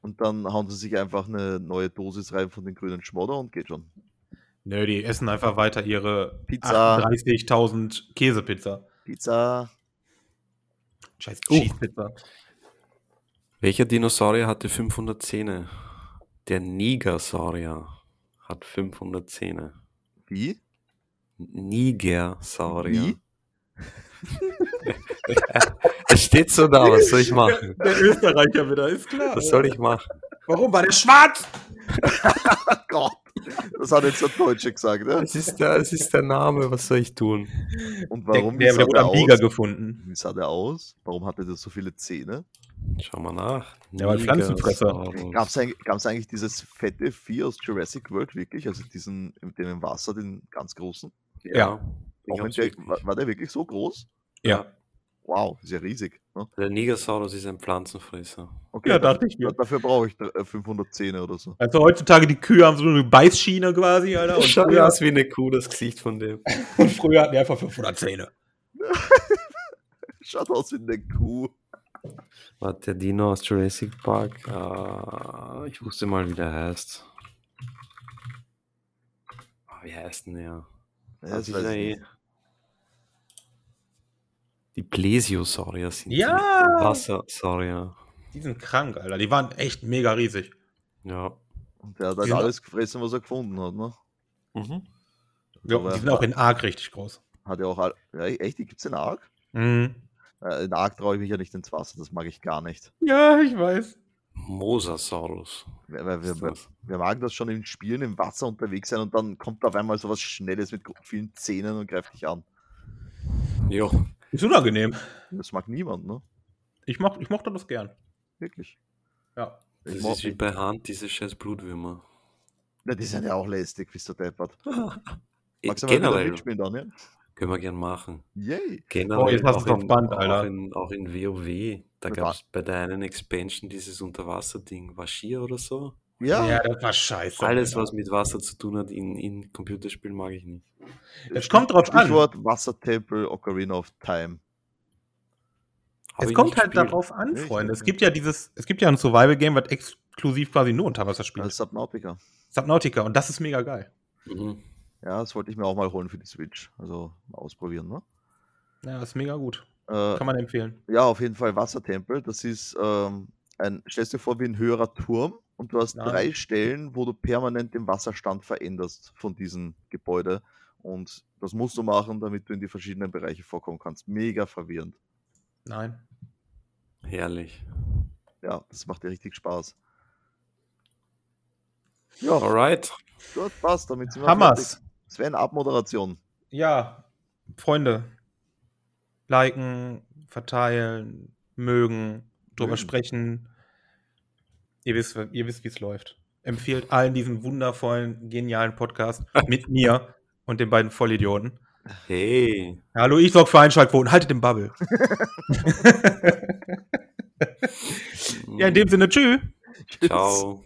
Speaker 2: Und dann hauen sie sich einfach eine neue Dosis rein von den grünen Schmodder und geht schon.
Speaker 1: Nö, die essen einfach weiter ihre
Speaker 2: Pizza.
Speaker 1: 38.000 Käsepizza.
Speaker 2: Pizza.
Speaker 1: Scheiß
Speaker 2: Oh.
Speaker 3: Uh.
Speaker 1: Cheese-Pizza.
Speaker 3: Welcher Dinosaurier hatte 500 Zähne? Der Nigersaurier hat 500 Zähne.
Speaker 2: Wie?
Speaker 3: Nigersaurier.
Speaker 2: Wie?
Speaker 3: Es steht so da, was soll ich machen?
Speaker 1: Der Österreicher wieder, ist klar.
Speaker 3: Was soll ich machen?
Speaker 1: Warum war der schwarz?
Speaker 2: Ach Gott! Das hat jetzt der Deutsche gesagt, ne?
Speaker 3: Es ist der, es ist der Name, was soll ich tun?
Speaker 2: Und warum?
Speaker 1: Der, der
Speaker 2: wie sah
Speaker 1: wurde
Speaker 2: der
Speaker 1: am Bieger
Speaker 2: aus?
Speaker 1: gefunden.
Speaker 2: Wie sah der aus? Warum hatte der so viele Zähne?
Speaker 3: Schau mal nach.
Speaker 1: Der war ein Pflanzenfresser.
Speaker 3: Nigersaurus.
Speaker 2: Gab's eigentlich, gab's eigentlich dieses fette Vieh aus Jurassic World wirklich? Also diesen, mit dem im Wasser, den ganz großen?
Speaker 3: Ja. den
Speaker 2: Auch wenn
Speaker 3: gab's
Speaker 2: der,
Speaker 3: wirklich.
Speaker 2: war, war der wirklich so groß?
Speaker 1: Ja.
Speaker 2: Wow, ist ja riesig. Ne?
Speaker 3: Der Nigersaurus ist ein Pflanzenfresser.
Speaker 2: Okay,
Speaker 1: Ja,
Speaker 2: da-
Speaker 1: dachte ich mir.
Speaker 2: dafür brauche ich dr- äh, 500 Zähne oder so.
Speaker 1: Also heutzutage, die Kühe haben so eine Beißschiene quasi, Alter. Und
Speaker 3: Schau
Speaker 1: früher,
Speaker 3: aus wie eine Kuh, das Gesicht von dem.
Speaker 1: und früher hatten die einfach 500 Zähne.
Speaker 2: Schaut aus wie eine Kuh.
Speaker 3: Warte, der Dino aus Jurassic Park. Ah, ich wusste mal, wie der heißt. Ah, wie heißt denn der?
Speaker 2: Ja,
Speaker 3: Das
Speaker 2: das
Speaker 3: ist
Speaker 2: weiß
Speaker 3: ja
Speaker 2: ich
Speaker 3: eh.
Speaker 2: nicht.
Speaker 3: Die Plesiosaurier sind
Speaker 1: Ja.
Speaker 3: die Wassersaurier.
Speaker 1: Die sind krank, Alter. Die waren echt mega riesig.
Speaker 3: Ja.
Speaker 2: Und der hat halt
Speaker 1: Genau.
Speaker 2: alles gefressen, was er gefunden hat. Ne?
Speaker 1: Ja,
Speaker 2: Aber-
Speaker 1: die sind auch in Arg richtig groß.
Speaker 2: Hat ja auch. all- Ja, echt, die gibt's in Ark?
Speaker 1: Mhm.
Speaker 2: Äh, in Ark traue ich mich ja nicht ins Wasser, das mag ich gar nicht.
Speaker 1: Ja, ich weiß.
Speaker 3: Mosasaurus.
Speaker 2: Weil- weil
Speaker 3: ist
Speaker 2: wir, wir,
Speaker 3: das.
Speaker 2: wir magen das schon im Spielen im Wasser unterwegs sein und dann kommt auf einmal sowas Schnelles mit gro- vielen Zähnen und greift dich an.
Speaker 3: Jo.
Speaker 1: Ist unangenehm.
Speaker 2: Das mag niemand, ne?
Speaker 1: Ich, moch, ich mochte das gern.
Speaker 2: Wirklich.
Speaker 1: Ja.
Speaker 2: Ich
Speaker 3: Das
Speaker 2: mag-
Speaker 3: ist wie bei Hand, diese scheiß Blutwürmer.
Speaker 2: Na, die sind ja auch lästig, bist du deppert. Magst du mal wieder
Speaker 3: Äh, Generell
Speaker 2: mitspielen, Daniel?
Speaker 3: können wir gern machen.
Speaker 2: Yay!
Speaker 3: Generell
Speaker 1: jetzt hast
Speaker 3: Genau,
Speaker 1: du's
Speaker 3: auch,
Speaker 1: auf
Speaker 3: in,
Speaker 1: Band,
Speaker 3: auch,
Speaker 1: Alter.
Speaker 3: in, auch in WoW. Da
Speaker 2: Mit
Speaker 3: gab es bei der einen Expansion dieses Unterwasser-Ding, Vashir oder so.
Speaker 2: Ja,
Speaker 1: Ja, das war scheiße.
Speaker 3: Alles,
Speaker 1: Alter.
Speaker 3: was mit Wasser zu tun hat in, in Computerspielen, mag ich nicht.
Speaker 1: Es kommt drauf an.
Speaker 2: Stichwort Wassertempel, Ocarina of Time.
Speaker 3: Hab
Speaker 1: es
Speaker 3: ich
Speaker 1: kommt
Speaker 3: nicht
Speaker 1: halt
Speaker 3: gespielt.
Speaker 1: darauf an,
Speaker 2: Nee, ich
Speaker 1: Freunde. Es
Speaker 2: nicht.
Speaker 1: gibt ja dieses, es gibt ja ein Survival-Game, was exklusiv quasi nur unter Wasser spielt.
Speaker 2: Das ist Subnautica.
Speaker 1: Subnautica. Und das ist mega geil.
Speaker 3: Mhm.
Speaker 2: Ja, das wollte ich mir auch mal holen für die Switch. Also mal ausprobieren, ne?
Speaker 1: Ja, ist mega gut.
Speaker 2: Äh,
Speaker 1: Kann man empfehlen.
Speaker 2: ja, auf jeden Fall Wassertempel. Das ist ähm, ein, stellst dir vor, wie ein höherer Turm und du hast
Speaker 1: Ja.
Speaker 2: drei Stellen, wo du permanent den Wasserstand veränderst von diesem Gebäude. Und das musst du machen, damit du in die verschiedenen Bereiche vorkommen kannst. Mega verwirrend.
Speaker 1: Nein.
Speaker 3: Herrlich.
Speaker 2: Ja, das macht dir richtig Spaß. Ja,
Speaker 3: Alright.
Speaker 2: gut, passt. Damit sind wir fertig.
Speaker 1: Hammers.
Speaker 2: Sven, Abmoderation.
Speaker 1: Ja, Freunde. Liken, verteilen, mögen, drüber
Speaker 2: Mögen.
Speaker 1: sprechen. Ihr wisst, ihr wisst, wie es läuft. Empfehlt allen diesen wundervollen, genialen Podcast mit mir und den beiden Vollidioten.
Speaker 3: Hey.
Speaker 1: Hallo, ich sorge für Einschaltquoten. Haltet den Bubble. ja, in dem Sinne, tschüss.
Speaker 3: Ciao.